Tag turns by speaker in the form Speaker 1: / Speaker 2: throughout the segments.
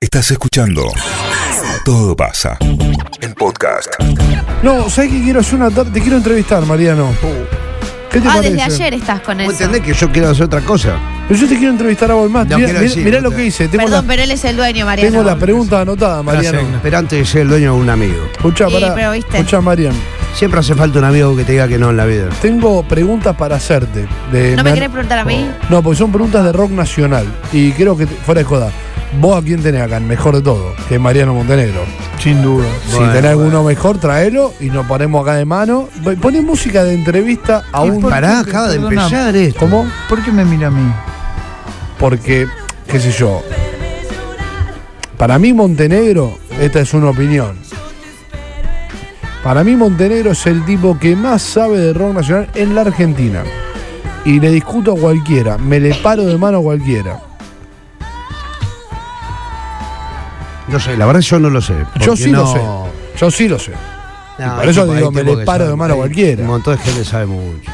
Speaker 1: Estás escuchando Todo pasa en podcast.
Speaker 2: No, ¿sabes qué quiero hacer una tar- Te quiero entrevistar, Mariano. ¿Qué te
Speaker 3: Ah,
Speaker 2: parece?
Speaker 3: desde ayer estás con
Speaker 4: Vos
Speaker 3: eso.
Speaker 4: entendés que yo quiero hacer otra cosa.
Speaker 2: Pero yo te quiero entrevistar a vos más.
Speaker 4: No,
Speaker 2: mirá
Speaker 4: quiero
Speaker 2: mirá-
Speaker 4: decir,
Speaker 2: mirá
Speaker 4: no
Speaker 2: lo
Speaker 4: te-
Speaker 2: que hice. Tengo,
Speaker 3: Perdón,
Speaker 2: la,
Speaker 3: pero él es el dueño, Mariano.
Speaker 2: tengo la pregunta anotada, Mariano.
Speaker 4: Pero antes de ser el dueño de un amigo.
Speaker 2: Escucha,
Speaker 3: Sí, pero viste.
Speaker 2: Marian.
Speaker 4: Siempre hace falta un amigo que te diga que no en la vida.
Speaker 2: Tengo preguntas para hacerte. de-
Speaker 3: ¿No me
Speaker 2: han-
Speaker 3: querés preguntar a mí?
Speaker 2: No, porque son preguntas de rock nacional. Y creo que, te- fuera de joda, vos a quién tenés acá, el mejor de todo, que es Mariano Montenegro.
Speaker 4: Sin duda.
Speaker 2: si tenés alguno mejor, traelo y nos ponemos acá de mano. Poné música de entrevista a un.
Speaker 4: Pará, acaba de
Speaker 5: Perdona.
Speaker 4: empezar esto.
Speaker 2: ¿Cómo?
Speaker 5: ¿Por qué me mira a mí?
Speaker 2: porque, qué sé yo, para mí Montenegro, esta es una opinión, para mí Montenegro es el tipo que más sabe de rock nacional en la Argentina. Y le discuto a cualquiera, me le paro de mano a cualquiera.
Speaker 4: No sé, la verdad yo no lo sé.
Speaker 2: Yo
Speaker 4: porque
Speaker 2: sí lo
Speaker 4: no-
Speaker 2: sé, yo sí lo sé.
Speaker 4: No,
Speaker 2: por
Speaker 4: hay
Speaker 2: eso
Speaker 4: tipo-
Speaker 2: digo,
Speaker 4: hay
Speaker 2: me
Speaker 4: tipo
Speaker 2: le
Speaker 4: que
Speaker 2: paro
Speaker 4: sabe.
Speaker 2: de mano a
Speaker 4: Hay
Speaker 2: cualquiera.
Speaker 4: Un montón de gente sabe mucho.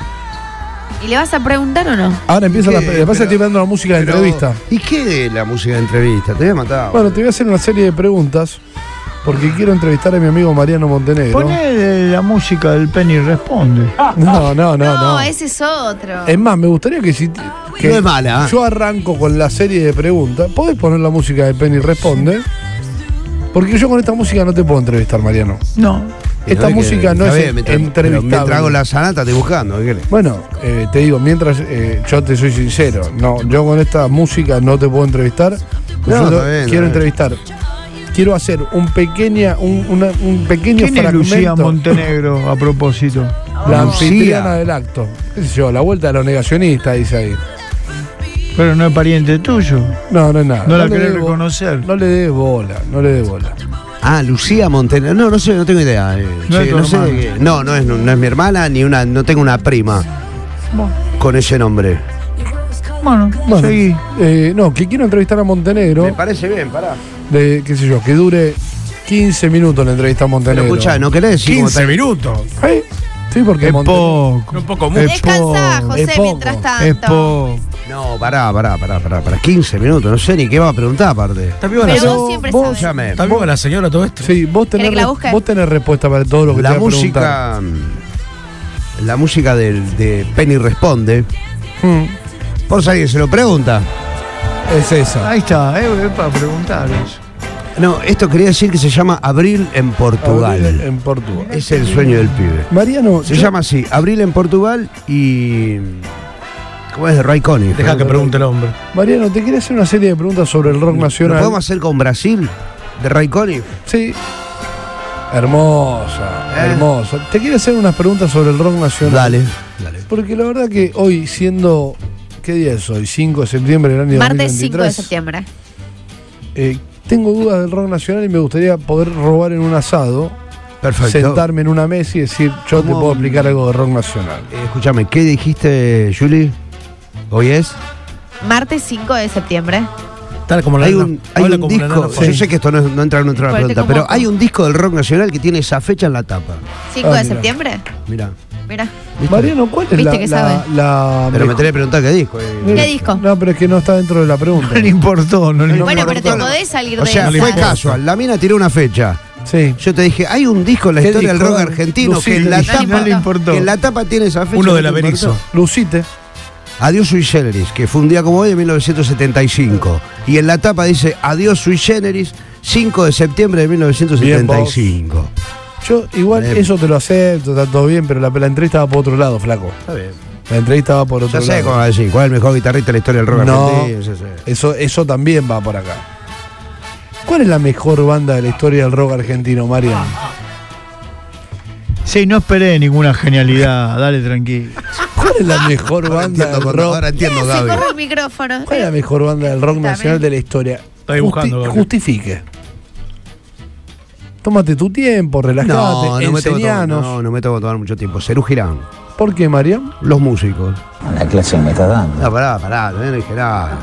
Speaker 2: Oh.
Speaker 3: ¿Y le vas a preguntar o no?
Speaker 2: Ahora empieza la...
Speaker 4: ¿Qué?
Speaker 2: Le pasa que
Speaker 4: Pero-
Speaker 2: estoy dando la música de
Speaker 4: Pero-
Speaker 2: entrevista.
Speaker 4: ¿Y qué de la música de entrevista? Te voy a matar.
Speaker 2: Bueno, te voy a hacer una serie de preguntas porque quiero entrevistar a mi amigo Mariano Montenegro.
Speaker 5: Poné la música del Penny Responde.
Speaker 2: No, no, no, no.
Speaker 3: ese es otro.
Speaker 2: Es más, me gustaría que si. que
Speaker 4: No es mala, ¿eh?
Speaker 2: Yo arranco con la serie de preguntas. ¿Podés poner la música de Penny Responde? Porque yo con esta música no te puedo entrevistar, Mariano.
Speaker 5: No.
Speaker 4: Y
Speaker 2: esta
Speaker 4: no es que-
Speaker 2: música no
Speaker 4: está
Speaker 2: es
Speaker 4: bien, me tra- pero
Speaker 2: entrevistable.
Speaker 4: Me trago la sanata, estoy buscando. ¿qué querés?
Speaker 2: Bueno, eh, te digo, mientras eh, yo te soy sincero, no, yo con esta música no te puedo entrevistar.
Speaker 4: No,
Speaker 2: Yo
Speaker 4: está
Speaker 2: te-
Speaker 4: bien, está bien.
Speaker 2: quiero entrevistar. Quiero hacer un pequeña, un, una- un pequeño
Speaker 5: ¿Quién es
Speaker 2: fragmento.
Speaker 5: Lucía Montenegro a propósito?
Speaker 2: La
Speaker 4: Lucía.
Speaker 2: anfitriona del acto. Qué sé yo, la vuelta de los negacionistas, dice ahí.
Speaker 5: Pero no es pariente tuyo.
Speaker 2: No, no es nada.
Speaker 5: No la
Speaker 2: le
Speaker 5: querés
Speaker 2: debo-
Speaker 5: reconocer.
Speaker 2: No le des bola, no le des bola.
Speaker 4: Ah, Lucía Montenegro. No, no sé, no tengo idea. eh,
Speaker 5: No
Speaker 4: che,
Speaker 5: es tu
Speaker 4: no, sé
Speaker 5: hermana.
Speaker 4: de qué- no, no es, no es mi hermana ni una, no tengo una prima con ese nombre.
Speaker 5: Bueno,
Speaker 2: Bueno,
Speaker 5: seguí.
Speaker 2: eh, no, que quiero entrevistar a
Speaker 4: Me
Speaker 2: Montenegro,
Speaker 4: parece bien, pará.
Speaker 2: de, qué sé yo, que dure 15 minutos la entrevista a
Speaker 4: Pero
Speaker 2: Montenegro.
Speaker 4: escuchá, ¿no querés decir cómo
Speaker 6: 15 minutos.
Speaker 2: ¿Eh? Sí, porque
Speaker 5: Es
Speaker 2: Montenegro.
Speaker 5: poco.
Speaker 6: Un poco mucho.
Speaker 3: Descansa,
Speaker 2: poco,
Speaker 3: José,
Speaker 2: es
Speaker 3: mientras
Speaker 2: poco,
Speaker 3: tanto.
Speaker 5: Es poco.
Speaker 4: No, pará, pará, pará, pará, pará. 15 minutos, no sé ni qué va a preguntar aparte.
Speaker 6: ¿Está viva,
Speaker 3: Pero
Speaker 6: la,
Speaker 3: vos siempre
Speaker 2: vos
Speaker 3: sabés.
Speaker 4: Escúchame,
Speaker 6: está viva la señora todo esto?
Speaker 2: Sí, vos tenés,
Speaker 3: ¿Querés que la
Speaker 2: re-
Speaker 3: busque?
Speaker 2: vos tenés respuesta para todo lo que
Speaker 4: la
Speaker 2: te voy a preguntar.
Speaker 4: música. mm, La música del, de Penny Responde.
Speaker 2: Mm,
Speaker 4: Por si alguien se lo pregunta.
Speaker 2: es esa.
Speaker 5: Ahí está, eh, es para preguntar eso.
Speaker 4: No, esto quería decir que se llama Abril en Portugal.
Speaker 2: Abril En Portugal.
Speaker 4: Es el sueño del pibe.
Speaker 2: Mariano,
Speaker 4: Se
Speaker 2: yo-
Speaker 4: llama así, Abril en Portugal y. ¿Cómo es de Ray Conniff?
Speaker 6: Deja que pregunte el hombre.
Speaker 2: Mariano, te quería hacer una serie de preguntas sobre el rock
Speaker 4: ¿Lo
Speaker 2: nacional.
Speaker 4: podemos hacer con Brasil? ¿De Ray Conniff?
Speaker 2: Sí. Hermosa,
Speaker 4: Eh.
Speaker 2: hermosa. Te quiero hacer unas preguntas sobre el rock nacional.
Speaker 4: Dale. Dale.
Speaker 2: Porque la verdad que hoy, siendo. ¿Qué día es hoy? 5 de septiembre del año
Speaker 3: Martes 5 de
Speaker 2: 2023,
Speaker 3: septiembre.
Speaker 2: eh, tengo dudas del rock nacional y me gustaría poder robar en un asado,
Speaker 4: Perfecto.
Speaker 2: sentarme en una mesa y decir, yo te
Speaker 4: ¿Cómo?
Speaker 2: puedo explicar algo de rock nacional.
Speaker 4: Eh, escúchame, ¿qué dijiste, Julie? ¿Hoy es?
Speaker 3: Martes 5 de septiembre.
Speaker 6: Tal como la
Speaker 4: Hay
Speaker 6: nana-
Speaker 4: un, hay
Speaker 6: habla
Speaker 4: un
Speaker 6: como la
Speaker 4: disco.
Speaker 6: nana Fon-
Speaker 4: Yo sé que esto no, es- no entra en otra
Speaker 3: Fuerte
Speaker 4: pregunta,
Speaker 3: como
Speaker 4: pero
Speaker 3: ojo.
Speaker 4: hay un disco del rock nacional que tiene esa fecha en la tapa.
Speaker 3: 5
Speaker 2: Ah,
Speaker 3: de
Speaker 2: mira.
Speaker 3: septiembre.
Speaker 4: Mirá.
Speaker 3: Mira.
Speaker 4: ¿viste?
Speaker 2: Mariano, ¿cuál es
Speaker 3: Viste
Speaker 2: la,
Speaker 3: que
Speaker 2: la-
Speaker 3: sabe.
Speaker 2: la-
Speaker 4: Pero me
Speaker 2: mejor-
Speaker 4: tenés que preguntar qué disco. eh.
Speaker 3: ¿Qué disco?
Speaker 2: No, pero es que no está dentro de la pregunta.
Speaker 5: No le importó, no le
Speaker 2: No,
Speaker 3: bueno,
Speaker 2: no,
Speaker 3: pero
Speaker 4: no,
Speaker 3: te
Speaker 4: no.
Speaker 3: podés salir
Speaker 4: O
Speaker 3: de
Speaker 4: sea,
Speaker 3: esa.
Speaker 4: fue casual. La mina tiró una fecha.
Speaker 2: Sí.
Speaker 4: Yo te dije, hay un disco en la
Speaker 2: ¿Qué
Speaker 4: historia del
Speaker 2: disco?
Speaker 4: rock argentino que en la
Speaker 2: Lucille.
Speaker 4: tapa.
Speaker 5: No le importó.
Speaker 4: que en la tapa tiene esa fecha.
Speaker 6: Uno
Speaker 4: ¿no
Speaker 6: de
Speaker 4: te
Speaker 6: la
Speaker 4: importó?
Speaker 6: Berizo.
Speaker 2: Lucite.
Speaker 4: Adiós sui generis, que fue un día como hoy de 1975. Y en la tapa dice Adiós sui generis, 5 de septiembre de 1975.
Speaker 2: Yo igual
Speaker 4: Bien.
Speaker 2: eso te lo acepto, está todo bien, pero la, la entrevista va por otro lado, flaco.
Speaker 4: Está bien.
Speaker 2: La entrevista va por otro
Speaker 4: Ya sé
Speaker 2: lado.
Speaker 4: cómo va a decir, cuál es el mejor guitarrista de la historia del rock
Speaker 2: No.
Speaker 4: argentino. ya sé.
Speaker 2: Eso, eso también va por acá. ¿Cuál es la mejor banda de la historia del rock argentino, Marian?
Speaker 5: Sí, no esperé ninguna genialidad, dale tranquilo.
Speaker 2: ¿Cuál es la mejor
Speaker 4: Ahora
Speaker 2: banda
Speaker 4: entiendo,
Speaker 2: del
Speaker 4: cuando- ahora
Speaker 2: rock?
Speaker 4: entiendo,
Speaker 3: Se
Speaker 4: Gaby.
Speaker 3: corre el micrófono.
Speaker 2: ¿Cuál es la mejor banda del rock
Speaker 3: Está
Speaker 2: nacional
Speaker 3: bien.
Speaker 2: de la historia?
Speaker 6: Estoy buscando, Gabriel.
Speaker 2: Justifique. Tómate tu tiempo, relajate,
Speaker 4: No, no me, tengo que tomar,
Speaker 2: enseñanos.
Speaker 4: no, no me tengo que tomar mucho tiempo. Cerú Girán,
Speaker 2: ¿Por qué, Marian?
Speaker 4: los músicos.
Speaker 7: La clase me está dando.
Speaker 4: No, pará, pará, no dije nada.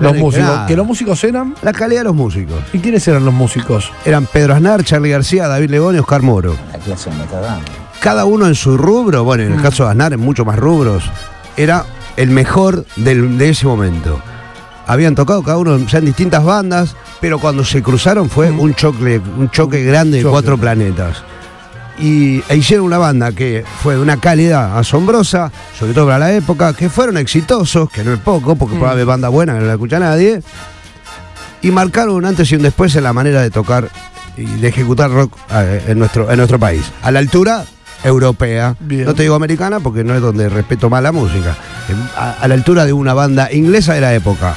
Speaker 4: No
Speaker 2: Los
Speaker 4: dije
Speaker 2: músicos.
Speaker 4: nada.
Speaker 2: Que los músicos eran.
Speaker 4: La calidad de los músicos.
Speaker 2: ¿Y quiénes eran los músicos?
Speaker 4: Eran Pedro Aznar, Charlie García, David León y Oscar Moro.
Speaker 7: La clase me está dando.
Speaker 4: Cada uno en su rubro, bueno, en el caso de Aznar, en muchos más rubros, era el mejor del- de ese momento. habían tocado cada uno ya en distintas bandas, pero cuando se cruzaron fue un choque, un choque grande de
Speaker 2: choque.
Speaker 4: cuatro planetas. Y e hicieron una banda que fue de una calidad asombrosa, sobre todo para la época, que fueron exitosos, que no es poco, porque puede haber banda buena que no la escucha nadie, y marcaron un antes y un después en la manera de tocar y de ejecutar rock eh, en nuestro, en nuestro país. A la altura europea,
Speaker 2: Bien.
Speaker 4: no te digo americana porque no es donde respeto más la música, En- a, a la altura de una banda inglesa de la época.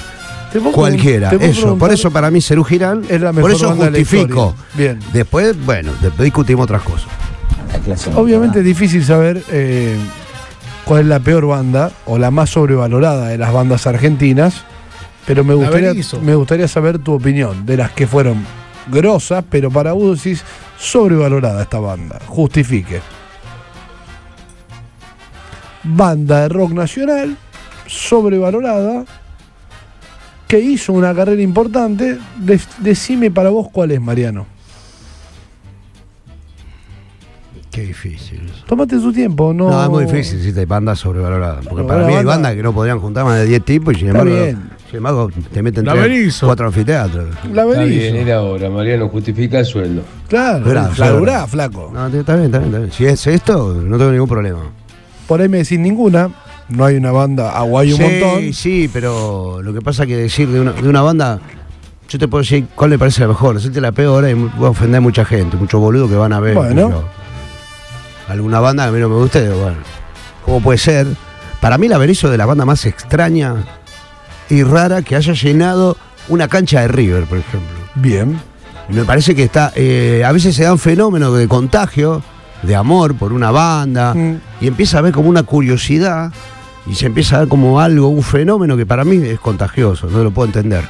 Speaker 2: ¿Te puedo
Speaker 4: Cualquiera,
Speaker 2: pregun- te puedo
Speaker 4: eso, por
Speaker 2: preguntar-
Speaker 4: eso para mí Cerú Girán,
Speaker 2: Es la mejor
Speaker 4: por eso
Speaker 2: banda de la
Speaker 4: justifico.
Speaker 2: historia. Bien.
Speaker 4: Después, bueno, después discutimos otras cosas.
Speaker 7: La clase de
Speaker 2: Obviamente es difícil saber eh, cuál es la peor banda o la más sobrevalorada de las bandas argentinas, pero me gustaría,
Speaker 6: Berizo.
Speaker 2: me gustaría saber tu opinión de las que fueron grosas, pero para vos decís sobrevalorada esta banda. Justifique. Banda de rock nacional, sobrevalorada, que hizo una carrera importante. De- decime para vos cuál es, Mariano.
Speaker 4: Qué difícil.
Speaker 2: Tómate su tiempo, no.
Speaker 4: No, es muy difícil si te bandas sobrevaloradas. Porque
Speaker 2: Pero
Speaker 4: para
Speaker 2: la
Speaker 4: mí hay
Speaker 2: banda-
Speaker 4: bandas que no podrían juntar más de 10 tipos y sin
Speaker 2: Está
Speaker 4: embargo,
Speaker 2: bien.
Speaker 4: sin embargo te meten
Speaker 6: La
Speaker 4: tres-
Speaker 6: Berizo.
Speaker 4: cuatro anfiteatros.
Speaker 2: La
Speaker 8: Está
Speaker 2: Berizo.
Speaker 8: bien, era ahora, Mariano, justifica el sueldo.
Speaker 2: Claro,
Speaker 4: Gracias.
Speaker 2: flagrá, flaco.
Speaker 4: No, está bien, está bien, está bien. Si es esto, no tengo ningún problema.
Speaker 2: Por ahí me decís ninguna, no hay una banda, ah, o hay un
Speaker 4: sí,
Speaker 2: montón.
Speaker 4: Sí, pero lo que pasa que decir de una, de una banda, yo te puedo decir cuál me parece la mejor, decirte la peor y voy a ofender a mucha gente, muchos boludos que van a ver.
Speaker 2: Bueno.
Speaker 4: pero alguna banda que a mí no me guste, digo, bueno, ¿cómo puede ser? Para mí la Berizo es de la banda más extraña y rara que haya llenado una cancha de River, por ejemplo.
Speaker 2: Bien.
Speaker 4: Y Me parece que está. eh, a veces se dan fenómenos de contagio, de amor por una banda,
Speaker 2: Mm.
Speaker 4: y empieza a ver como una curiosidad, y se empieza a ver como algo, un fenómeno que para mí es contagioso, no lo puedo entender.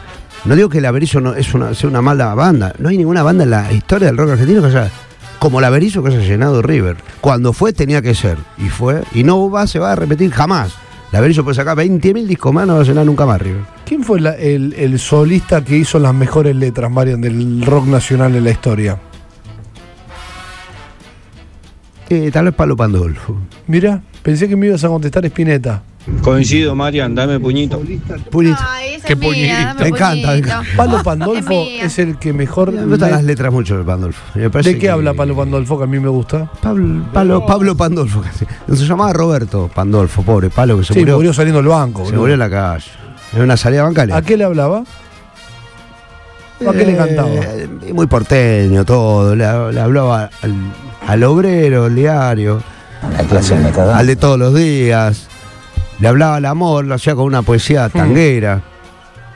Speaker 4: No digo que la Berizo no es una, sea una mala banda, no hay ninguna banda en la historia del rock argentino que haya. Como la Berizo que haya llenado River. Cuando fue, tenía que ser. Y fue. Y no va, se va a repetir jamás. La Berizo puede sacar 20.000 discos más, no va a llenar nunca más River.
Speaker 2: ¿Quién fue la- el, el solista que hizo las mejores letras, Marian, del rock nacional en la historia?
Speaker 4: Eh, tal vez Palo Pandolfo.
Speaker 2: Mira, pensé que me ibas a contestar Spinetta.
Speaker 9: Coincido, Marian, dame puñito.
Speaker 4: Purito.
Speaker 2: Ah.
Speaker 3: Ay, esa
Speaker 6: Qué
Speaker 3: es mía, dame
Speaker 4: puñito. Me encanta, me
Speaker 3: puñito.
Speaker 2: Palo Pandolfo
Speaker 3: mía.
Speaker 2: es el que mejor.
Speaker 4: Me gustan
Speaker 2: le-
Speaker 4: las letras mucho de Pandolfo. Me parece
Speaker 2: ¿De qué
Speaker 4: que-
Speaker 2: habla Palo Pandolfo que a mí me gusta?
Speaker 4: Pablo, Pablo, Pablo Pandolfo. casi. Se llamaba Roberto Pandolfo, pobre Palo que se
Speaker 2: sí, murió,
Speaker 4: murió.
Speaker 2: saliendo del banco.
Speaker 4: se
Speaker 2: boludo.
Speaker 4: murió en la calle. En una salida bancaria.
Speaker 2: ¿A qué le hablaba? ¿O ¿A qué le cantaba?
Speaker 4: Eh, muy porteño todo. Le, le hablaba al, al obrero, al diario,
Speaker 7: La clase de
Speaker 2: Ah.
Speaker 4: al
Speaker 7: metadata.
Speaker 4: de todos los días. Le hablaba al amor, lo hacía con una poesía tanguera.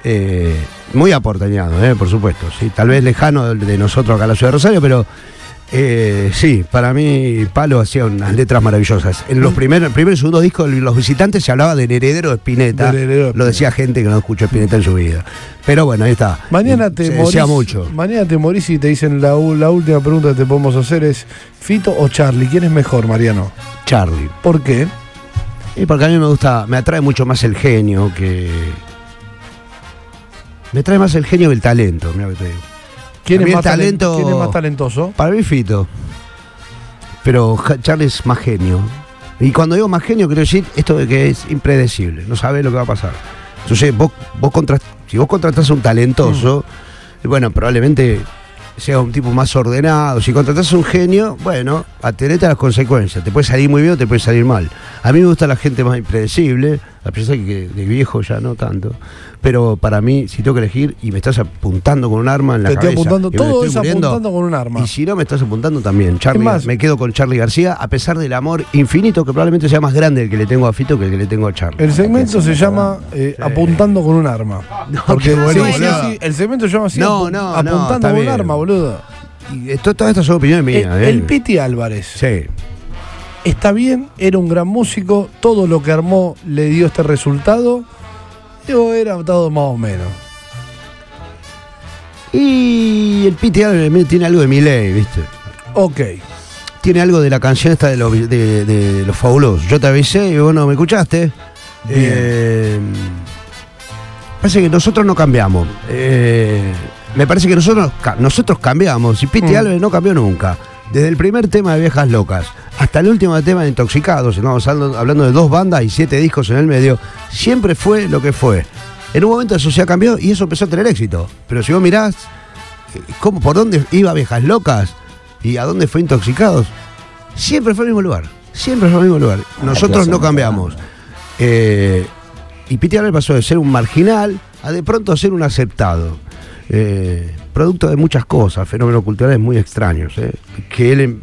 Speaker 4: Eh, muy aporteñado, eh, por supuesto. Sí, tal vez lejano de, de nosotros acá en la ciudad de Rosario, pero eh, sí, para mí Palo hacía unas letras maravillosas. En los
Speaker 2: Mm.
Speaker 4: primeros, el primer y segundo disco de Los Visitantes se hablaba del heredero de Spinetta.
Speaker 2: Del heredero de
Speaker 4: Lo decía gente que no escuchó Spinetta en su vida. Pero bueno, ahí está. Eh,
Speaker 2: Mañana te
Speaker 4: se
Speaker 2: morís.
Speaker 4: decía mucho.
Speaker 2: Mañana te morís y te dicen la, u- la última pregunta que te podemos hacer es Fito o Charlie, ¿quién es mejor, Mariano?
Speaker 4: Charlie.
Speaker 2: ¿Por qué?
Speaker 4: Y porque a mí me gusta, me atrae mucho más el genio que. Me atrae más el genio que el talento, mirá lo que te digo.
Speaker 2: ¿Quién,
Speaker 4: A
Speaker 2: es
Speaker 4: mí
Speaker 2: más,
Speaker 4: el
Speaker 2: talen-
Speaker 4: talento-
Speaker 2: ¿Quién es más talentoso?
Speaker 4: Para mí, Fito. Pero Ja- Charles es más genio. Y cuando digo más genio, quiero decir esto de que es impredecible, no sabes lo que va a pasar. Entonces, vos, vos contras- si vos contratás a un talentoso,
Speaker 2: Mm.
Speaker 4: bueno, probablemente sea un tipo más ordenado. Si contratás a un genio, bueno, atenete a las consecuencias. Te puede salir muy bien o te puede salir mal. A mí me gusta la gente más impredecible, a pesar que de viejo ya no tanto. Pero para mí, si tengo que elegir y me estás apuntando con un arma en la
Speaker 2: Te estoy
Speaker 4: cabeza,
Speaker 2: apuntando,
Speaker 4: y me
Speaker 2: todo
Speaker 4: estoy
Speaker 2: es
Speaker 4: muriendo,
Speaker 2: apuntando con un arma.
Speaker 4: y si no, me estás apuntando también. Charlie,
Speaker 2: Es más-
Speaker 4: me quedo con Charlie García, a pesar del amor infinito que probablemente sea más grande el que le tengo a Fito que el que le tengo a Charlie.
Speaker 2: El segmento se llama eh, Apuntando con un arma. Porque
Speaker 4: qué bueno,
Speaker 2: sí, sí,
Speaker 4: boludo.
Speaker 2: sí, el segmento se llama así,
Speaker 4: No,
Speaker 2: apu-
Speaker 4: no, no,
Speaker 2: apuntando
Speaker 4: está
Speaker 2: con un
Speaker 4: bien.
Speaker 2: arma, boludo.
Speaker 4: Y esto, todas estas son opiniones
Speaker 2: El,
Speaker 4: mías.
Speaker 2: el
Speaker 4: eh.
Speaker 2: Piti Álvarez
Speaker 4: Sí.
Speaker 2: está bien, era un gran músico, todo lo que armó le dio este resultado. Yo era todo más o menos.
Speaker 4: Y el Piti Álvarez me- tiene algo de mi ley, ¿viste?
Speaker 2: Ok.
Speaker 4: Tiene algo de la canción esta de los, de, de los fabulosos. Yo te avisé y vos no me escuchaste. Eh, parece que nosotros no cambiamos. Eh, me parece que nosotros, ca- nosotros cambiamos. Y Piti
Speaker 2: Mm.
Speaker 4: Álvarez no cambió nunca. Desde el primer tema de Viejas Locas hasta el último tema de Intoxicados, estamos hablando, hablando de dos bandas y siete discos en el medio, siempre fue lo que fue. En un momento la sociedad cambió y eso empezó a tener éxito. Pero si vos mirás, eh, ¿cómo, ¿por dónde iba Viejas Locas? ¿Y a dónde fue Intoxicados? Siempre fue al mismo lugar. Siempre fue al mismo lugar. Nosotros no cambiamos. Eh, y Pete Allen pasó de ser un marginal a de pronto ser un aceptado. Eh, producto de muchas cosas, fenómenos culturales muy extraños. eh, que él em-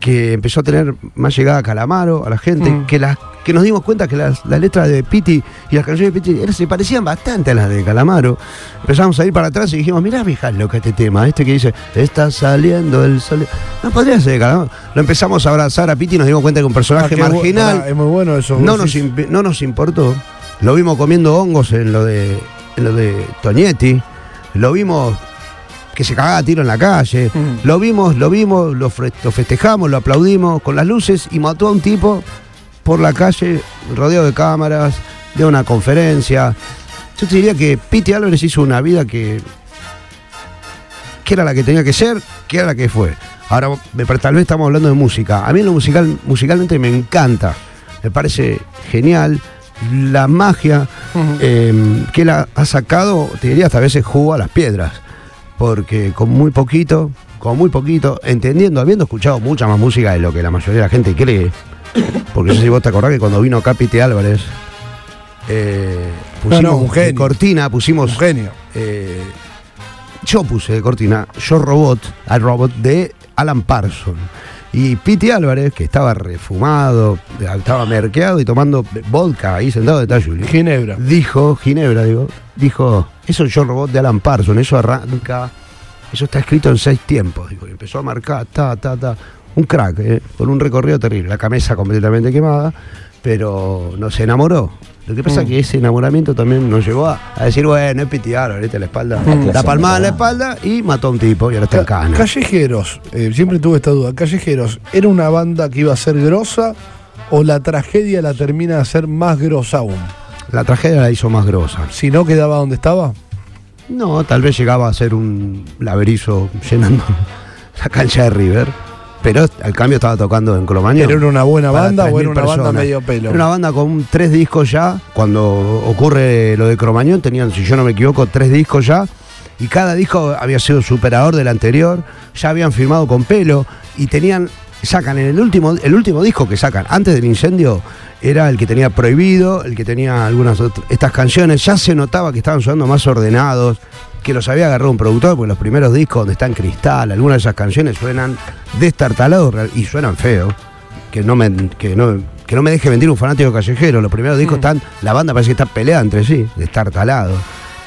Speaker 4: que empezó a tener más llegada a Calamaro, a la gente,
Speaker 2: Mm.
Speaker 4: que, las, que nos dimos cuenta que las, las letras de Piti y las canciones de Piti eran- se parecían bastante a las de Calamaro. Empezamos a ir para atrás y dijimos, mirá, viejas loca este tema, este que dice, está saliendo el sol. No podría ser de Calamaro. Lo empezamos a abrazar a Piti y nos dimos cuenta que un
Speaker 2: Ah,
Speaker 4: personaje
Speaker 2: qué bu-
Speaker 4: marginal
Speaker 2: pará, es muy bueno eso.
Speaker 4: no
Speaker 2: vos
Speaker 4: nos,
Speaker 2: decís.
Speaker 4: imp- no nos importó. Lo vimos comiendo hongos en lo de, en lo de Toñetti. Lo vimos que se cagaba a tiro en la calle.
Speaker 2: Mm.
Speaker 4: Lo vimos, lo vimos, lo, fre- lo festejamos, lo aplaudimos con las luces y mató a un tipo por la calle rodeado de cámaras, de una conferencia. Yo te diría que Pete Álvarez hizo una vida que, que era la que tenía que ser, que era la que fue. Ahora, me- pero tal vez estamos hablando de música. A mí lo musical, musicalmente me encanta. Me parece genial. La magia eh, que él ha, ha sacado, te diría, hasta a veces jugo a las piedras. Porque con muy poquito, con muy poquito, entendiendo, habiendo escuchado mucha más música de lo que la mayoría de la gente cree. Porque yo sé si vos te acordás que cuando vino Capite Álvarez, eh, pusimos
Speaker 2: no, un
Speaker 4: de
Speaker 2: genio.
Speaker 4: cortina, pusimos
Speaker 2: Un genio.
Speaker 4: eh, yo puse de cortina Yo Robot, al robot de Alan Parson. Y Pete Álvarez, que estaba refumado, estaba merqueado y tomando vodka ahí sentado detrás de Julio,
Speaker 2: Ginebra.
Speaker 4: dijo, Ginebra, digo, dijo, eso es Yo Robot de Alan Parson, eso arranca, eso está escrito en seis tiempos, digo, y empezó a marcar, ta, ta, ta, un crack, eh, con un recorrido terrible, la camisa completamente quemada, pero nos enamoró. Lo que
Speaker 2: Mm.
Speaker 4: pasa es que ese enamoramiento también nos llevó a, a decir, bueno, es pitear, ahorita la espalda, la palmada en la espalda y mató a un tipo y ahora está en
Speaker 2: Ca-
Speaker 4: cana.
Speaker 2: Callejeros, eh, siempre tuve esta duda. Callejeros, ¿era una banda que iba a ser grosa o la tragedia la termina de hacer más grosa aún?
Speaker 4: La tragedia la hizo más grosa.
Speaker 2: Si no quedaba donde estaba.
Speaker 4: No, tal vez llegaba a ser un laberizo llenando la cancha de River. Pero al cambio estaba tocando en Colomañón.
Speaker 2: ¿Era una buena
Speaker 4: para
Speaker 2: banda o
Speaker 4: 3.000
Speaker 2: era una banda
Speaker 4: personas.
Speaker 2: medio pelo?
Speaker 4: Era una banda con tres discos ya. Cuando ocurre lo de Cromañón, tenían, si yo no me equivoco, tres discos ya. Y cada disco había sido superador del anterior. Ya habían firmado con pelo. Y tenían. Sacan en el último, el último disco que sacan, antes del incendio, era el que tenía prohibido, el que tenía algunas otras. Estas canciones ya se notaba que estaban sonando más ordenados, que los había agarrado un productor, porque los primeros discos donde están cristal, algunas de esas canciones suenan destartalados real- y suenan feos que no me, que no, que no me deje mentir un fanático callejero. Los primeros discos están, la banda parece que está peleada entre sí, de estar talado.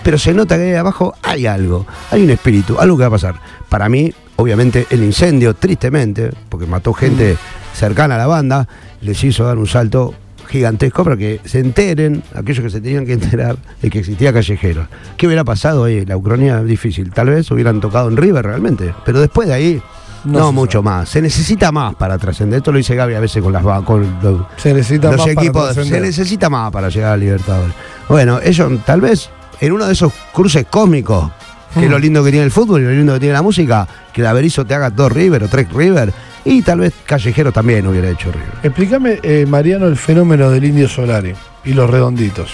Speaker 4: Pero se nota que ahí abajo hay algo, hay un espíritu, algo que va a pasar. Para mí, obviamente, el incendio, tristemente, porque mató gente cercana a la banda, les hizo dar un salto gigantesco para que se enteren, aquellos que se tenían que enterar, de que existía Callejeros. ¿Qué hubiera pasado ahí? La Ucrania difícil. Tal vez hubieran tocado en River realmente, pero después de ahí,
Speaker 2: No
Speaker 4: no,
Speaker 2: se
Speaker 4: mucho más. Se necesita más para trascender. Esto lo dice Gaby a veces con las ba- con lo-
Speaker 2: Se necesita
Speaker 4: los
Speaker 2: más para
Speaker 4: equipos. Se
Speaker 2: trascender.
Speaker 4: necesita más para llegar al Libertadores. Bueno, ellos tal vez en uno de esos cruces cósmicos, que
Speaker 2: Ah.
Speaker 4: es lo lindo que tiene el fútbol y lo lindo que tiene la música, que la Berizo te haga dos River o tres River, y tal vez Callejero también hubiera hecho River.
Speaker 2: Explícame, eh, Mariano, el fenómeno del Indio Solari y los redonditos.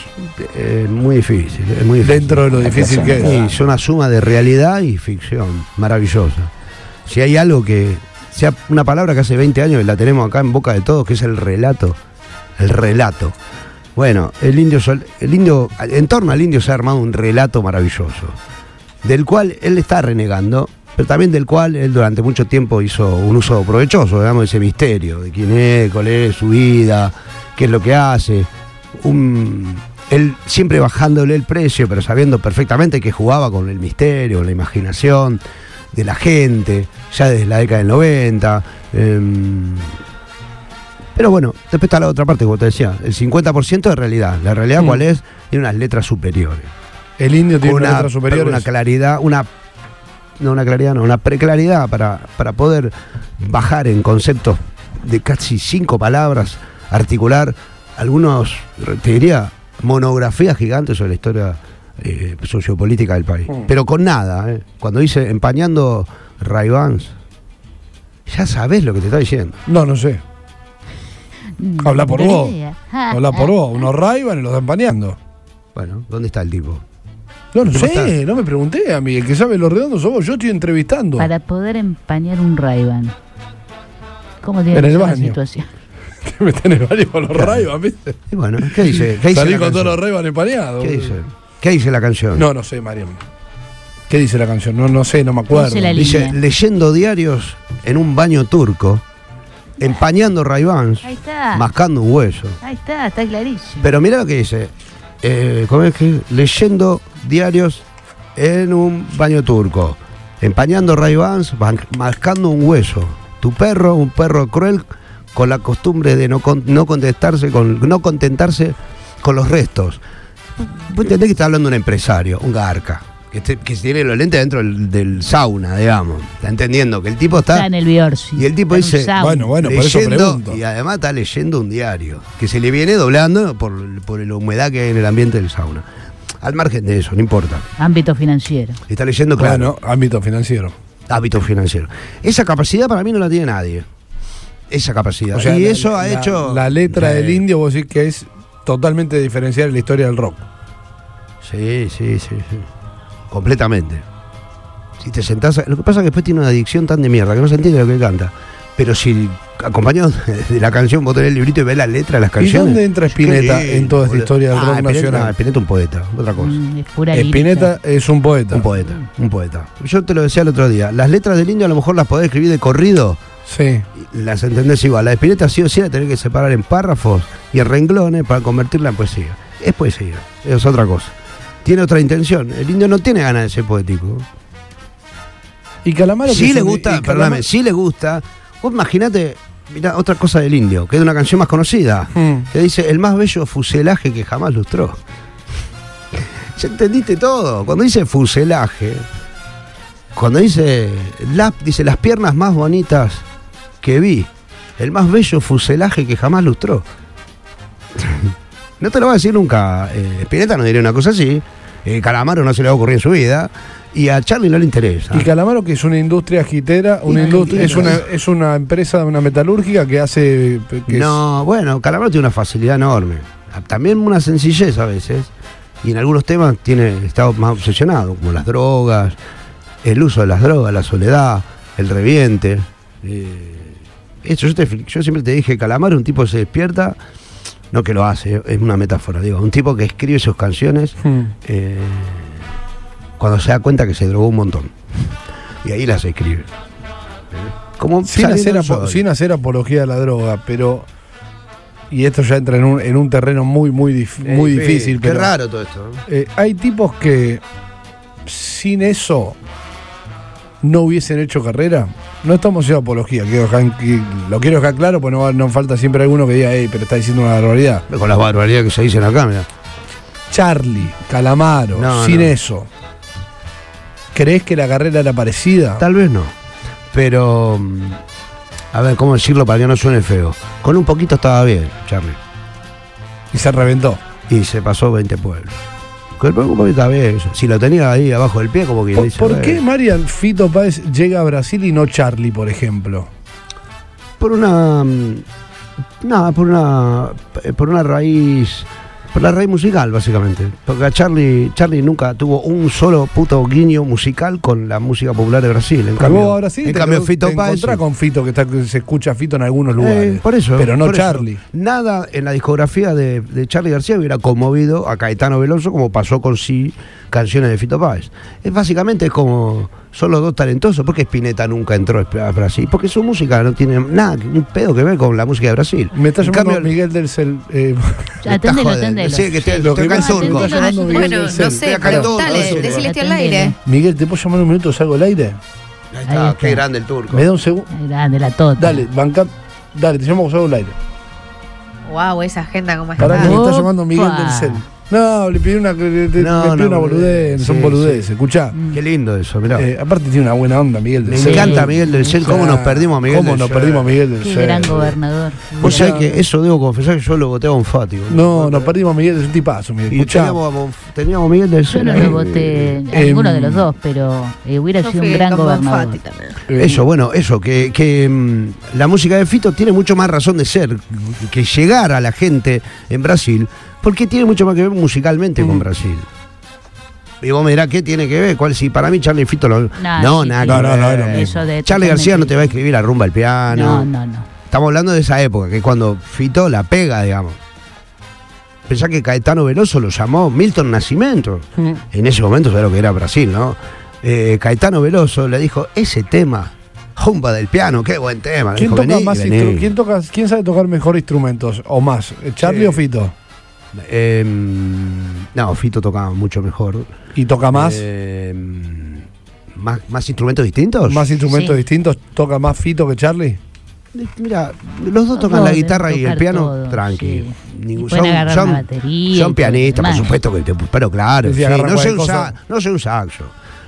Speaker 4: Eh, muy difícil, es muy difícil.
Speaker 2: Dentro de lo difícil que es.
Speaker 4: Y es una suma de realidad y ficción maravillosa. Si hay algo que. sea una palabra que hace 20 años la tenemos acá en boca de todos, que es el relato. El relato. Bueno, el indio, Sol- el indio, en torno al indio se ha armado un relato maravilloso, del cual él está renegando, pero también del cual él durante mucho tiempo hizo un uso provechoso, digamos, de ese misterio, de quién es, cuál es su vida, qué es lo que hace. Un, él siempre bajándole el precio, pero sabiendo perfectamente que jugaba con el misterio, con la imaginación de la gente, ya desde la década del 90. em, pero bueno, después está la otra parte, como te decía, el 50% de realidad. La realidad, ¿cuál es? Tiene unas letras superiores.
Speaker 2: El Indio tiene
Speaker 4: Con
Speaker 2: una,
Speaker 4: una,
Speaker 2: letras superiores.
Speaker 4: una claridad, una. No una claridad, no, una preclaridad para, para poder bajar en conceptos de casi cinco palabras, articular algunos, te diría, monografías gigantes sobre la historia eh, sociopolítica del país. Pero con nada, ¿eh? cuando dice empañando ray ya sabes lo que te está diciendo.
Speaker 2: No, no sé.
Speaker 10: Mm, Ah, eh,
Speaker 2: Habla por vos. Habla por vos. Unos Raivan y los están paneando.
Speaker 4: Bueno, ¿dónde está el tipo?
Speaker 2: No, no
Speaker 4: ¿Cómo
Speaker 2: sé,
Speaker 4: está?
Speaker 2: no me pregunté a mí. El que sabe lo redondo sos vos. Yo estoy entrevistando.
Speaker 10: Para poder empañar un Ray-Ban. ¿Cómo tiene
Speaker 2: En
Speaker 10: que
Speaker 2: el
Speaker 10: ser la
Speaker 2: baño.
Speaker 10: situación?
Speaker 2: Te meten el baño con los Ray-Ban, ¿viste?
Speaker 4: Y bueno, ¿qué dice? ¿Qué dice
Speaker 2: Salí
Speaker 4: la
Speaker 2: con todos los
Speaker 4: canción?
Speaker 2: Ray-Ban empañados.
Speaker 4: ¿Qué dice? ¿Qué dice la canción?
Speaker 2: No, no sé, Mariam. ¿Qué dice la canción? No, no sé, no me acuerdo.
Speaker 10: Dice la
Speaker 4: Dice,
Speaker 10: línea.
Speaker 4: leyendo diarios en un baño turco, empañando Raibans,
Speaker 10: Ahí está.
Speaker 4: mascando un hueso.
Speaker 10: Ahí está, está clarísimo.
Speaker 4: Pero mira lo que dice. Eh, ¿Cómo es que? Leyendo diarios en un baño turco, empañando Raibans, mascando un hueso. Tu perro, un perro cruel, con la costumbre de no, con- no contestarse, con, no contentarse con los restos. Vos entendés que está hablando un empresario, un garca, que, este- que tiene los lentes dentro del, del sauna, digamos. Está entendiendo que el tipo está.
Speaker 10: Está en el Biorsi.
Speaker 4: Y el tipo
Speaker 10: Está en un
Speaker 4: dice,
Speaker 10: sauna.
Speaker 2: Bueno, bueno, por eso
Speaker 4: leyendo,
Speaker 2: pregunto.
Speaker 4: Y además está leyendo un diario, que se le viene doblando por, por la humedad que hay en el ambiente del sauna. Al margen de eso, no importa.
Speaker 10: Ámbito financiero.
Speaker 4: Está leyendo, claro,
Speaker 2: Bueno, ámbito financiero.
Speaker 4: hábitos financieros. Esa capacidad para mí no la tiene nadie. Esa capacidad.
Speaker 2: O sea,
Speaker 4: y
Speaker 2: la-
Speaker 4: eso ha
Speaker 2: la-
Speaker 4: hecho... Eh,
Speaker 2: La letra
Speaker 4: Sí.
Speaker 2: del indio, vos decís que es totalmente diferencial en la historia del rock.
Speaker 4: Sí, sí, sí, sí. Completamente. Si te sentás. a- Lo que pasa es que después tiene una adicción tan de mierda que no se entiende lo que canta. Pero si acompañado de la canción, vos tenés el librito y ves la letra de las
Speaker 2: ¿Y
Speaker 4: canciones.
Speaker 2: dónde entra Spinetta
Speaker 4: Qué lindo,
Speaker 2: en toda esta
Speaker 4: boludo.
Speaker 2: historia del
Speaker 4: Ah,
Speaker 2: rock
Speaker 4: Spinetta- no,
Speaker 2: nacional?
Speaker 4: Spinetta un poeta, otra cosa.
Speaker 10: Mm, es pura lírica.
Speaker 2: Spinetta es un poeta.
Speaker 4: Un poeta,
Speaker 2: Mm.
Speaker 4: un poeta. Yo te lo decía el otro día. Las letras del indio a lo mejor las podés escribir de corrido,
Speaker 2: Sí.
Speaker 4: y las entendés igual. La de Spinetta sí o sí la tenés que separar en párrafos y en renglones para convertirla en poesía. Es poesía, es otra cosa. Tiene otra intención. El indio no tiene ganas de ser poético.
Speaker 2: Y Calamaro que
Speaker 4: Sí
Speaker 2: es
Speaker 4: le
Speaker 2: un- y
Speaker 4: gusta,
Speaker 2: Calamaro-
Speaker 4: perdóname, sí le gusta. Vos imaginate, mirá, otra cosa del indio, que es una canción más conocida,
Speaker 2: Mm.
Speaker 4: que dice el más bello fuselaje que jamás lustró. Ya entendiste todo. Cuando dice fuselaje, cuando dice, la- dice las piernas más bonitas que vi, el más bello fuselaje que jamás lustró. no te lo va a decir nunca. Eh, Spinetta no diría una cosa así. eh, Calamaro no se le va a ocurrir en su vida. Y a Charlie no le interesa.
Speaker 2: Y Calamaro que es una industria agitera, una
Speaker 4: Y-
Speaker 2: industria,
Speaker 4: y-
Speaker 2: es una es una empresa, una metalúrgica que hace que es-
Speaker 4: No, bueno, Calamaro tiene una facilidad enorme. También una sencillez a veces. Y en algunos temas tiene, está más obsesionado, como las drogas, el uso de las drogas, la soledad, el reviente. Eh, eso, yo, te- yo siempre te dije, Calamaro, un tipo que se despierta, no que lo hace, es una metáfora, digo, un tipo que escribe sus canciones
Speaker 2: Hmm.
Speaker 4: eh, cuando se da cuenta que se drogó un montón. Y ahí las escribe. Eh, Como
Speaker 2: sin
Speaker 4: saliendo
Speaker 2: hacer,
Speaker 4: el
Speaker 2: apo-
Speaker 4: sol.
Speaker 2: sin hacer apología a la droga, pero y esto ya entra en un, en un terreno muy muy dif- muy
Speaker 4: Sí,
Speaker 2: difícil,
Speaker 4: Qué
Speaker 2: pero
Speaker 4: raro todo esto. ¿no?
Speaker 2: eh, hay tipos que sin eso no hubiesen hecho carrera. No estamos haciendo apología, quiero dejar- que- lo quiero dejar claro, porque no, va- no falta siempre alguno que diga, "Ey, pero está diciendo una barbaridad.
Speaker 4: Con las barbaridades que se dicen acá, mira.
Speaker 2: Charlie, Calamaro,
Speaker 4: No,
Speaker 2: sin
Speaker 4: no.
Speaker 2: eso. ¿Crees que la carrera era parecida?
Speaker 4: Tal vez no. Pero. mm, A ver, ¿cómo decirlo para que no suene feo? Con un poquito estaba bien, Charlie.
Speaker 2: Y se reventó.
Speaker 4: Y se pasó 20 pueblos. Con un poquito estaba bien. Si lo tenía ahí abajo del pie, como que
Speaker 2: ¿Por,
Speaker 4: dice.
Speaker 2: por
Speaker 4: "Eh".
Speaker 2: qué Marian Fito Páez llega a Brasil y no Charlie, por ejemplo?
Speaker 4: Por una. mm, Nada, por una. eh, Por una raíz. Por la raíz musical, básicamente. Porque a Charlie, Charlie nunca tuvo un solo puto guiño musical con la música popular de Brasil. En
Speaker 2: Porque
Speaker 4: cambio,
Speaker 2: vos a Brasil
Speaker 4: en
Speaker 2: te,
Speaker 4: cambio
Speaker 2: te
Speaker 4: Fito Páez-
Speaker 2: encontrás con Fito, que, está- que se escucha a Fito en algunos lugares.
Speaker 4: Eh, por eso.
Speaker 2: Pero no
Speaker 4: por eso.
Speaker 2: Charlie.
Speaker 4: Nada en la discografía de, de Charlie García hubiera conmovido a Caetano Veloso como pasó con sí canciones de Fito Páez. Es básicamente es como son los dos talentosos. ¿Por qué Spinetta nunca entró a Brasil? Porque su música no tiene nada, un pedo que ver con la música de Brasil.
Speaker 2: Me está
Speaker 4: En
Speaker 2: llamando
Speaker 4: cambio,
Speaker 2: Miguel del Cel. eh,
Speaker 4: me está
Speaker 10: Atendelo,
Speaker 4: jodiendo.
Speaker 10: atendelo.
Speaker 4: Sí, que estoy-
Speaker 2: Lo que
Speaker 4: estoy acá en
Speaker 2: pasa es que
Speaker 4: turco.
Speaker 2: está llamando
Speaker 10: Ay,
Speaker 2: Miguel
Speaker 10: bueno,
Speaker 2: del
Speaker 10: no
Speaker 2: Cel.
Speaker 4: Estoy
Speaker 3: sé,
Speaker 4: acá en todo,
Speaker 3: preguntale,
Speaker 4: eso.
Speaker 3: decirle al aire.
Speaker 2: Miguel, ¿te puedo llamar un minuto? ¿Salgo al aire?
Speaker 4: Ahí
Speaker 10: Ahí
Speaker 4: está,
Speaker 10: está.
Speaker 4: qué grande el turco.
Speaker 2: ¿Me da un segundo?
Speaker 10: Grande, la tota.
Speaker 2: Dale, banca. Dale, te llamo salgo al aire.
Speaker 3: Wow, esa agenda como está.
Speaker 2: Pará que me está
Speaker 10: Opa.
Speaker 2: llamando Miguel del Cel. No, le pidió una, le- le-
Speaker 4: No,
Speaker 2: le pidió
Speaker 4: no,
Speaker 2: una boludez,
Speaker 4: boludez.
Speaker 2: son
Speaker 4: Sí,
Speaker 2: boludeces, escuchá.
Speaker 10: Mm,
Speaker 4: Qué lindo eso, mirá.
Speaker 2: Eh, aparte tiene una buena onda Miguel del
Speaker 4: Me
Speaker 2: Cel.
Speaker 4: encanta Miguel del Cel, cómo
Speaker 2: O sea,
Speaker 4: nos perdimos a Miguel
Speaker 2: ¿Cómo
Speaker 4: del
Speaker 2: nos
Speaker 4: Cel.
Speaker 2: perdimos a Miguel del
Speaker 10: Qué
Speaker 2: Cel?
Speaker 10: gran gobernador.
Speaker 4: Vos sabés que eso debo confesar que yo lo voté a Bonfatti. boludo.
Speaker 2: No, nos perdimos a Miguel, es un tipazo, Miguel.
Speaker 4: Y
Speaker 2: Escuchá,
Speaker 4: teníamos, a Bonf- teníamos a Miguel del
Speaker 10: Yo
Speaker 4: Cel.
Speaker 10: no
Speaker 4: ahí.
Speaker 10: lo voté a
Speaker 4: Eh,
Speaker 2: em,
Speaker 10: ninguno de los dos, pero eh, hubiera
Speaker 3: Yo
Speaker 10: sido
Speaker 3: fui
Speaker 10: un gran
Speaker 3: con
Speaker 10: gobernador.
Speaker 3: Bonfatti también.
Speaker 2: eh,
Speaker 4: Eso, bueno, eso, que, que, mm, la música de Fito tiene mucho más razón de ser, que llegar a la gente en Brasil, Porque tiene mucho más que ver musicalmente
Speaker 10: Mm.
Speaker 4: con Brasil. Y vos me dirás, ¿qué tiene que ver? ¿Cuál? Si para mí Charlie Fito lo...
Speaker 10: Nah,
Speaker 4: no,
Speaker 10: sí,
Speaker 4: nada
Speaker 10: sí.
Speaker 4: que
Speaker 2: No, no, no,
Speaker 4: ver.
Speaker 2: es lo mismo.
Speaker 10: Eso de
Speaker 4: Charlie García no te va a
Speaker 10: totalmente-
Speaker 4: escribir la rumba al piano.
Speaker 10: No, no, no.
Speaker 4: Estamos hablando de esa época, que es cuando Fito la pega, digamos. Pensá que Caetano Veloso lo llamó Milton Nacimiento. En ese momento, sabés lo que era Brasil, ¿no? Eh, Caetano Veloso le dijo, ese tema, rumba del piano, qué buen tema. Le
Speaker 2: ¿Quién
Speaker 4: dijo,
Speaker 2: toca
Speaker 4: "Vení,
Speaker 2: más
Speaker 4: vení".
Speaker 2: instru- ¿quién, toca- ¿Quién sabe tocar mejor instrumentos o más? eh, ¿Charlie
Speaker 4: Sí.
Speaker 2: o Fito?
Speaker 4: Eh, Em, no, Fito tocaba mucho mejor.
Speaker 2: ¿Y toca más?
Speaker 4: Eh, ¿más, más instrumentos distintos?
Speaker 2: ¿Más instrumentos
Speaker 10: Sí.
Speaker 2: distintos? ¿Toca más Fito que Charlie?
Speaker 4: Mira, Eh, los dos tocan
Speaker 10: Todos
Speaker 4: la guitarra
Speaker 10: deben
Speaker 4: y el
Speaker 10: tocar
Speaker 4: piano
Speaker 10: todo,
Speaker 4: tranqui.
Speaker 10: sí.
Speaker 4: Ningún-
Speaker 10: Y pueden agarrar una batería
Speaker 4: son
Speaker 10: y
Speaker 4: pianistas,
Speaker 10: todo
Speaker 4: por
Speaker 10: lo demás.
Speaker 4: supuesto que te- pero claro,
Speaker 2: Sí,
Speaker 4: sí,
Speaker 2: agarran
Speaker 4: no, sé
Speaker 2: cualquier
Speaker 4: un sa-
Speaker 2: cosa.
Speaker 4: no sé un saxo.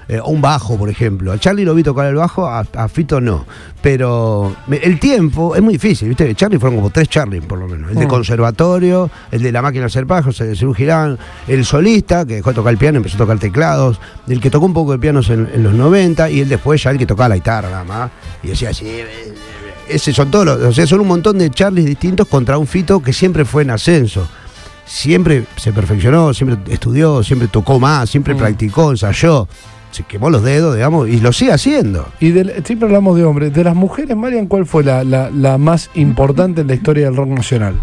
Speaker 4: eh, un bajo, por ejemplo. A Charlie lo vi tocar el bajo, a, a Fito no. Pero me- el tiempo es muy difícil, ¿viste? Charlie fueron como tres Charlie, por lo menos. El de
Speaker 2: Mm.
Speaker 4: conservatorio, el de la máquina de hacer bajos, el de Serú Girán, el solista, que dejó de tocar el piano, empezó a tocar teclados, el que tocó un poco de pianos en, en los 90, y el después ya el que tocaba la guitarra nada más. Y decía así. eh, eh, Ese son todos los- o sea, son un montón de Charlies distintos contra un Fito que siempre fue en ascenso. Siempre se perfeccionó, siempre estudió, siempre tocó más, siempre practicó, ensayó, se quemó los dedos, digamos, y lo sigue haciendo.
Speaker 2: Y del- siempre hablamos de hombres. De las mujeres, Marian, ¿cuál fue la, la- la más importante en la historia del rock nacional?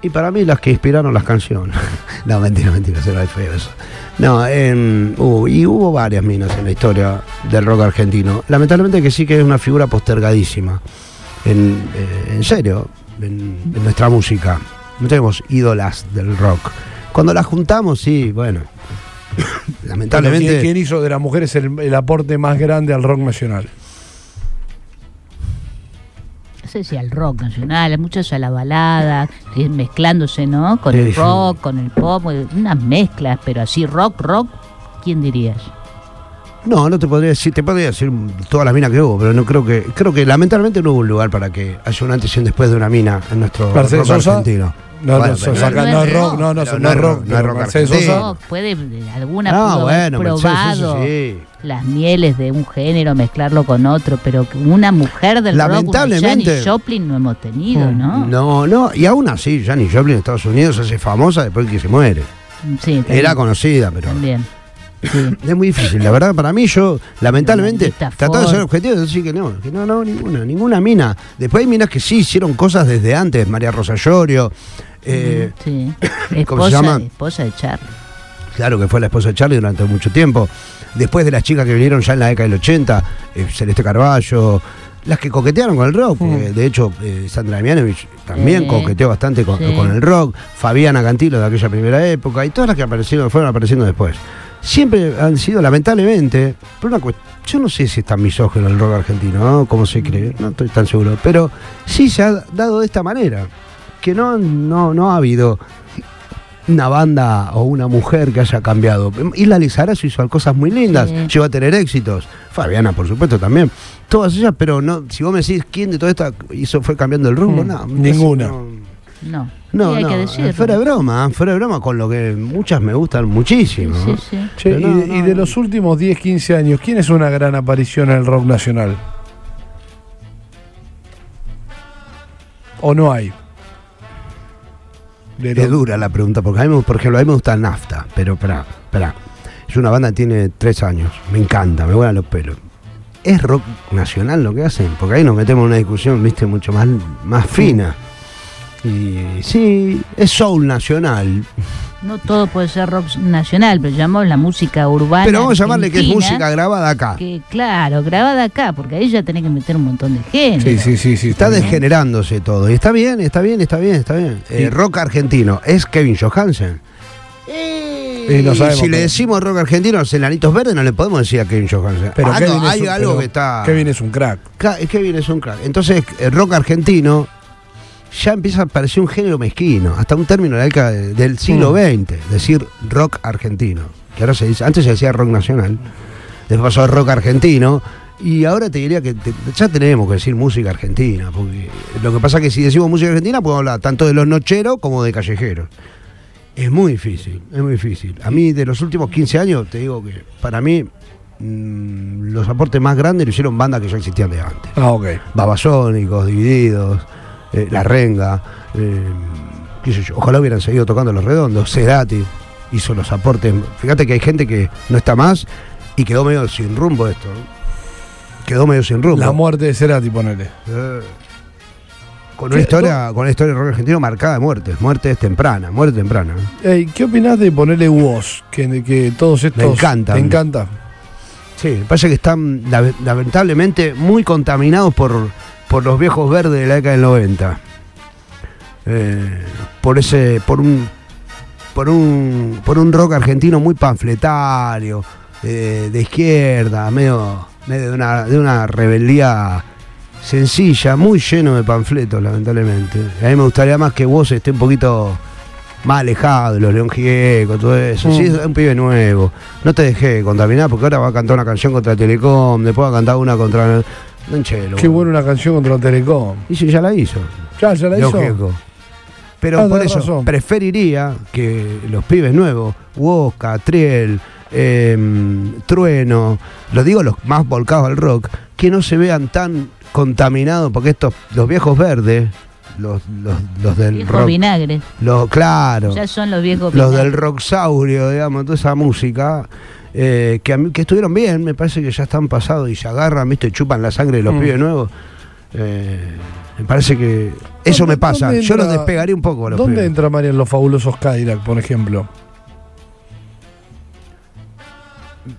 Speaker 4: Y para mí las que inspiraron las canciones. no, mentira, mentira, se lo feo eso. No, em, hubo- y hubo varias minas en la historia del rock argentino. Lamentablemente que sí que es una figura postergadísima. En, eh, en serio, en, en nuestra música. No tenemos ídolas del rock. Cuando las juntamos, sí, bueno.
Speaker 2: ¿Quién-
Speaker 4: lamentablemente.
Speaker 2: ¿Quién hizo de las mujeres el, el aporte más grande al rock nacional?
Speaker 10: No sé si al rock nacional, muchos a la balada, eh, mezclándose, ¿no? Con
Speaker 4: Sí,
Speaker 10: el
Speaker 4: sí.
Speaker 10: rock, con el pop, eh, unas mezclas, pero así rock, rock, ¿quién dirías?
Speaker 4: No, no te podría decir, te podría decir todas las minas que hubo, pero no creo que. Creo que lamentablemente no hubo un lugar para que haya un antes y un después de una mina en nuestro
Speaker 2: Mercedes
Speaker 4: rock
Speaker 2: Sosa.
Speaker 4: argentino.
Speaker 2: No,
Speaker 4: Bueno,
Speaker 2: no,
Speaker 4: pero-
Speaker 2: sos acá, no, es rock, no, no,
Speaker 4: Pero
Speaker 2: sos- no es rock,
Speaker 4: no es
Speaker 2: pero
Speaker 4: rock
Speaker 2: Mercedes
Speaker 4: argentino.
Speaker 2: Sosa-
Speaker 10: Rock puede, de alguna
Speaker 4: Ah,
Speaker 10: pudo haber
Speaker 4: bueno, Mercedes Sosa,
Speaker 10: probado
Speaker 4: sí.
Speaker 10: las mieles de un género, mezclarlo con otro, pero que una mujer del rock,
Speaker 4: Lamentablemente. Mm,
Speaker 10: una Janis Joplin no hemos tenido, ¿no?
Speaker 4: No, no, y aún así, Janis Joplin en Estados Unidos se hace famosa después que se muere.
Speaker 10: Sí, también,
Speaker 4: Era conocida, pero
Speaker 10: también.
Speaker 4: es muy difícil. La verdad, para mí, yo, lamentablemente,
Speaker 10: Lolita
Speaker 4: tratando de ser
Speaker 10: Ford.
Speaker 4: objetivo, decir que no, que no, no, ninguna, ninguna mina. Después hay minas que sí hicieron cosas desde antes, María Rosa Llorio, eh,
Speaker 10: Sí.
Speaker 4: ¿cómo se
Speaker 10: Esposa,
Speaker 4: llama?
Speaker 10: esposa de Charlie.
Speaker 4: claro que fue la esposa de Charlie durante mucho tiempo. Después de las chicas que vinieron ya en la década del 80, eh, Celeste Carballo, las que coquetearon con el rock, porque, de hecho eh, Sandra Damianovich también
Speaker 10: Eh,
Speaker 4: coqueteó bastante con,
Speaker 10: sí.
Speaker 4: con el rock, Fabiana Cantilo de aquella primera época y todas las que aparecieron, fueron apareciendo después. Siempre han sido, lamentablemente, por una cuest- Yo no sé si es tan misógino el rock argentino, ¿no? ¿Cómo se cree? No estoy tan seguro. Pero sí se ha dado de esta manera. Que no, no, no ha habido una banda o una mujer que haya cambiado. Isla Lizarazo hizo cosas muy lindas,
Speaker 10: Sí.
Speaker 4: llegó a tener éxitos. Fabiana, por supuesto, también. Todas ellas, pero no, si vos me decís quién de todas estas hizo, fue cambiando el rumbo,
Speaker 2: Mm,
Speaker 4: no.
Speaker 2: ninguna.
Speaker 4: No,
Speaker 10: No.
Speaker 4: no,
Speaker 10: Sí, hay
Speaker 4: no, eh,
Speaker 10: que decirlo.
Speaker 4: fuera de broma, fuera de broma, con lo que muchas me gustan
Speaker 10: Sí,
Speaker 4: muchísimo.
Speaker 10: sí, sí.
Speaker 2: Che,
Speaker 4: Pero
Speaker 2: y,
Speaker 4: no,
Speaker 2: de, y
Speaker 4: no.
Speaker 2: de los últimos 10, 15 años, ¿quién es una gran aparición en el rock nacional? ¿O no hay? De
Speaker 4: Es
Speaker 2: los-
Speaker 4: dura la pregunta, porque a mí, me- por ejemplo, a mí me gusta Nafta, pero pará, pará. Es una banda que tiene tres años, me encanta, me vuelan los pelos. ¿Es rock nacional lo que hacen? Porque ahí nos metemos en una discusión, viste, mucho más, más fina. Y sí, es soul nacional,
Speaker 10: No todo puede ser rock nacional, pero llamamos la música urbana.
Speaker 4: pero vamos a llamarle que es
Speaker 10: argentina,
Speaker 4: música grabada acá.
Speaker 10: Que, claro, grabada acá, porque ahí ya tenés que meter un montón de género.
Speaker 2: Sí, sí, sí, sí.
Speaker 4: Está
Speaker 2: también.
Speaker 4: degenerándose todo. Y está bien, está bien, está bien, está bien. Eh,
Speaker 2: Y-
Speaker 4: rock argentino. Es Kevin Johansen.
Speaker 2: Y lo sabemos,
Speaker 4: Eh, si le
Speaker 2: pero-
Speaker 4: decimos rock argentino a los enanitos verdes, no le podemos decir a Kevin Johansen.
Speaker 2: Pero
Speaker 4: Algo-
Speaker 2: Kevin es
Speaker 4: Ah, hay
Speaker 2: un-
Speaker 4: algo
Speaker 2: pero
Speaker 4: que está.
Speaker 2: Kevin es un crack.
Speaker 4: Ca- Kevin es un crack. Entonces, el rock argentino ya empieza a parecer un género mezquino. Hasta un término de la década de- del siglo XX, decir rock argentino. Que ahora se dice, antes se decía rock nacional, después pasó a rock argentino. Y ahora te diría que te- ya tenemos que decir música argentina, porque lo que pasa es que si decimos música argentina, podemos hablar tanto de los nocheros como de callejeros. Es muy difícil, es muy difícil. A mí, de los últimos 15 años, te digo que para mí mm, los aportes más grandes lo hicieron bandas que ya existían de antes.
Speaker 2: Ah, ok.
Speaker 4: Babasónicos, Divididos, eh, La Renga, eh, qué sé yo, ojalá hubieran seguido tocando los redondos. Sedati hizo los aportes. Fíjate que hay gente que no está más y quedó medio sin rumbo esto. ¿no? Quedó medio sin rumbo.
Speaker 2: La muerte de Cerati, ponele.
Speaker 4: Eh. Con una, historia, con una historia del rock argentino marcada de muertes, muertes tempranas, muerte temprana.
Speaker 2: Ey, ¿Qué opinás de ponerle voz? Que, que todos estos.
Speaker 4: encanta.
Speaker 2: Me encanta.
Speaker 4: Sí, pasa que están la- lamentablemente muy contaminados por, por los viejos verdes de la década del 90. Eh, por ese, por un, por un, por un rock argentino muy panfletario, eh, de izquierda, medio, medio de una, de una rebeldía sencilla, muy lleno de panfletos, lamentablemente. A mí me gustaría más que vos esté un poquito más alejado de los León Gieco, todo eso. Sí, es un pibe nuevo. No te dejé contaminar porque ahora va a cantar una canción contra Telecom, después va a cantar una contra. Donchelo.
Speaker 2: Qué buena una canción contra la Telecom.
Speaker 4: Y sí, ya la hizo.
Speaker 2: Ya, ya la
Speaker 4: León
Speaker 2: hizo.
Speaker 4: Gieco. Pero
Speaker 2: Ah,
Speaker 4: por
Speaker 2: tenés
Speaker 4: eso
Speaker 2: razón.
Speaker 4: preferiría que los pibes nuevos, Wosca, Triel, em, Trueno, lo digo los más volcados al rock, que no se vean tan contaminados porque estos, los viejos verdes, los, los, los del
Speaker 10: Viejos
Speaker 4: rock.
Speaker 10: vinagres.
Speaker 4: Los, claro
Speaker 10: Ya son los viejos
Speaker 4: los del
Speaker 10: vinagres.
Speaker 4: rocksaurio, digamos, toda esa música, eh, que, a mí- que estuvieron bien, me parece que ya están pasados y se agarran, viste, chupan la sangre de
Speaker 2: Mm.
Speaker 4: los pibes nuevos. Eh, me parece que eso
Speaker 2: ¿Dónde-
Speaker 4: me pasa.
Speaker 2: dónde
Speaker 4: Yo los
Speaker 2: entra-
Speaker 4: despegaría un poco a los
Speaker 2: ¿Dónde
Speaker 4: pibes.
Speaker 2: entra María en los fabulosos Cadillac, por ejemplo?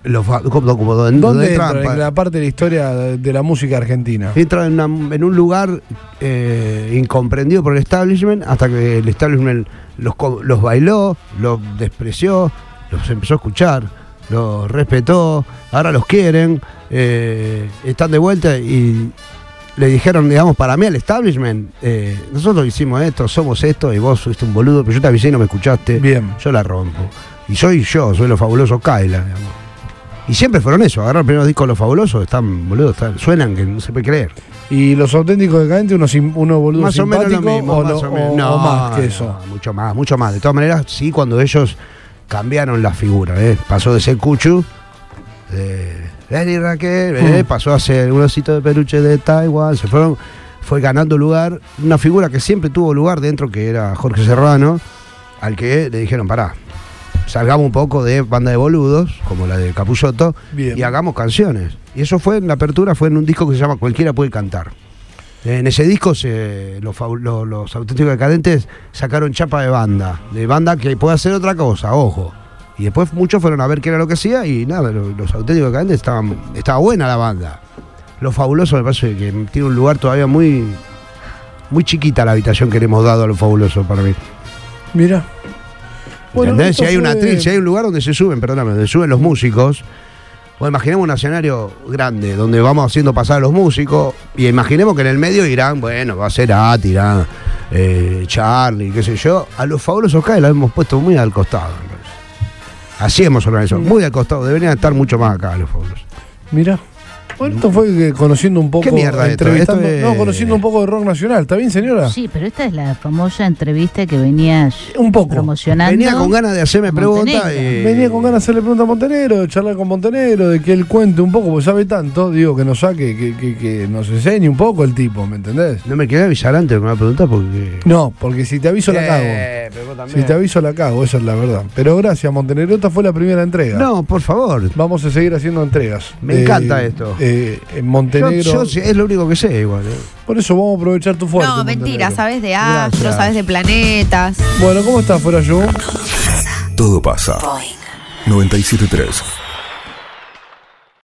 Speaker 4: Los fa- como- como donde-
Speaker 2: ¿Dónde
Speaker 4: donde
Speaker 2: entra?
Speaker 4: entran pa-
Speaker 2: En la parte de la historia de de la música argentina.
Speaker 4: Entra en, una- en un lugar eh, incomprendido por el establishment hasta que el establishment los, co- los bailó, los despreció, los empezó a escuchar, los respetó, ahora los quieren, eh, están de vuelta y le dijeron, digamos, para mí al establishment, eh, nosotros hicimos esto, somos esto y vos fuiste un boludo, pero yo te avisé y no me escuchaste.
Speaker 2: Bien.
Speaker 4: Yo la rompo. Y soy yo, soy los fabulosos Kaila, digamos. Y siempre fueron eso, agarrar primero discos los fabulosos, están, boludo, están- suenan que no se puede creer.
Speaker 2: Y los auténticos decadentes, unos, sim- unos boludos
Speaker 4: Más o menos lo
Speaker 2: simpáticos,
Speaker 4: mismo,
Speaker 2: o
Speaker 4: más
Speaker 2: lo-
Speaker 4: o menos.
Speaker 2: o- o más que eso.
Speaker 4: no, mucho más, mucho más. De todas maneras, sí, cuando ellos cambiaron la figura, ¿eh? pasó de ser Cuchu, eh, Vení Raquel,
Speaker 2: Mm.
Speaker 4: ¿eh? pasó a ser un osito de peluche de Taiwán, se fueron, fue ganando lugar, una figura que siempre tuvo lugar dentro, que era Jorge Serrano, al que le dijeron, pará, salgamos un poco de banda de boludos, como la de Capulloto,
Speaker 2: Bien.
Speaker 4: y hagamos canciones. Y eso fue en la apertura, fue en un disco que se llama Cualquiera puede cantar. En ese disco se- los, fabu- lo- los auténticos decadentes sacaron chapa de banda, de banda que puede hacer otra cosa, ojo. Y después muchos fueron a ver qué era lo que hacía y nada, lo- los, auténticos decadentes estaban, estaba buena la banda. Lo fabuloso me parece que tiene un lugar todavía muy, muy chiquita la habitación que le hemos dado a lo fabuloso para mí.
Speaker 2: Mira.
Speaker 4: ¿Entendés? Si hay una
Speaker 2: atril,
Speaker 4: atril, si hay un lugar donde se suben, perdóname, donde suben los músicos. O imaginemos un escenario grande donde vamos haciendo pasar a los músicos. Y imaginemos que en el medio irán, bueno, va a ser Ati, irán eh, Charlie, qué sé yo. A los fabulosos acá los hemos puesto muy al costado. me parece. Así hemos organizado, muy al costado. Deberían estar mucho más acá los fabulosos.
Speaker 2: Mira. Bueno, esto fue que conociendo un poco.
Speaker 4: ¿Qué mierda esto?
Speaker 2: entrevistando-
Speaker 4: Esto es-
Speaker 2: No, conociendo un poco de rock nacional. ¿Está bien, señora?
Speaker 10: Sí, pero esta es la famosa entrevista que venías
Speaker 2: Un poco.
Speaker 10: promocionando.
Speaker 4: Venía con ganas de hacerme preguntas.
Speaker 10: Montenegro.
Speaker 4: y-
Speaker 2: Venía con ganas de hacerle preguntas a Montenegro, de charlar con Montenegro, de que él cuente un poco, porque sabe tanto, digo, que nos saque, que, que- que nos enseñe un poco el tipo, ¿me entendés?
Speaker 4: No me quería avisar antes, me va a preguntar porque.
Speaker 2: No, porque si te aviso la cago.
Speaker 4: Eh, pero vos también.
Speaker 2: Si te aviso la cago, esa es la verdad. Pero gracias, Montenegro, esta fue la primera entrega.
Speaker 4: No, por favor.
Speaker 2: Vamos a seguir haciendo entregas.
Speaker 4: Me encanta esto.
Speaker 2: eh, en
Speaker 4: Yo-
Speaker 2: Montenegro.
Speaker 4: yo- es lo único que sé, igual. eh.
Speaker 2: Por eso vamos a aprovechar tu fuerza.
Speaker 3: No, mentira, sabes de
Speaker 4: Gracias.
Speaker 3: astros, sabes de planetas.
Speaker 2: Bueno, ¿cómo estás, Fuera yo?
Speaker 1: Todo pasa. 973.